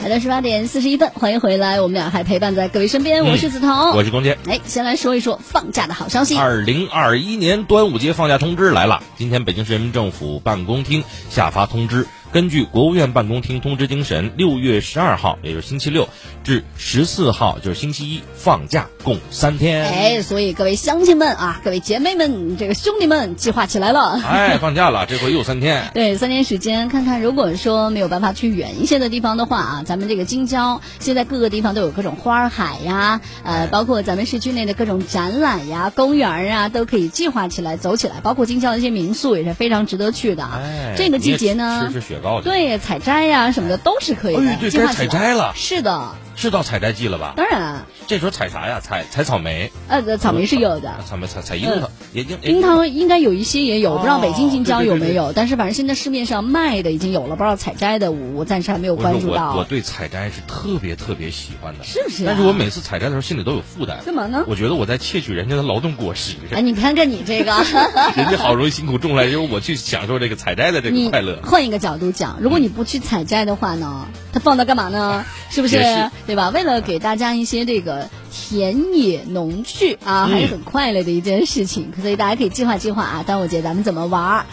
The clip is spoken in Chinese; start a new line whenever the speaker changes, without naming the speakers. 来到十八点四十一分，欢迎回来，我们俩还陪伴在各位身边，我是子
嗯
彤，
我是东杰。
哎，先来说一说放假的好消息。
二零二一年端午节放假通知来了。今天，北京市人民政府办公厅下发通知，根据国务院办公厅通知精神，六月十二号，也就是星期六至十四号，就是星期一放假，共三天。
哎，所以各位乡亲们啊，各位姐妹们，这个兄弟们，计划起来了。
哎，放假了，这回又三天。
对，三天时间，看看如果说没有办法去远一些的地方的话啊，咱们这个京郊现在各个地方都有各种花儿海呀，呃，包括咱们市区内的各种展览呀、公园儿啊，都可以计划起来走起来。包括京郊的一些民宿也是非常值得去的啊。
哎，
这个季节
你也
呢
吃，吃雪糕去。，
对采摘呀、什么的都是可以
哎
的，，
对，
计
该
划起
采
来。
摘了，
是的，
是到采摘季了吧？
当然，
这时候采啥呀？采采草莓，啊
呃，草莓是有的。嗯
草莓采采樱桃，也樱
冰。糖应该有一些也有，
哎哦
不知道北京近郊
对对
有
对
没有，但是反正现在市面上卖的已经有了，不知道采摘的我我暂时还没有
我说
关注
我我
到，
对采摘是特别特别喜欢的，
是不是啊？
但是我每次采摘的时候心里都有负担。
干嘛呢？
我觉得我在窃取人家的劳动 果实，
哎，你看看你这 个，
人家好容易辛苦种来，就是我去享受这个采摘的这个
你
快乐。嗯
换一个角度讲，如果你不去采摘的话呢，它放到干嘛呢？是不是？
也是
对吧？为了给大家一些这个田野农具啊，还是
嗯
很快乐的一件事情，所以大家可以计划计划啊，端午节咱们怎么玩儿。